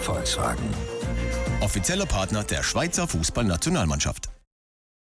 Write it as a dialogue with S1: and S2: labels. S1: Volkswagen.
S2: Offizieller Partner der Schweizer Fußballnationalmannschaft.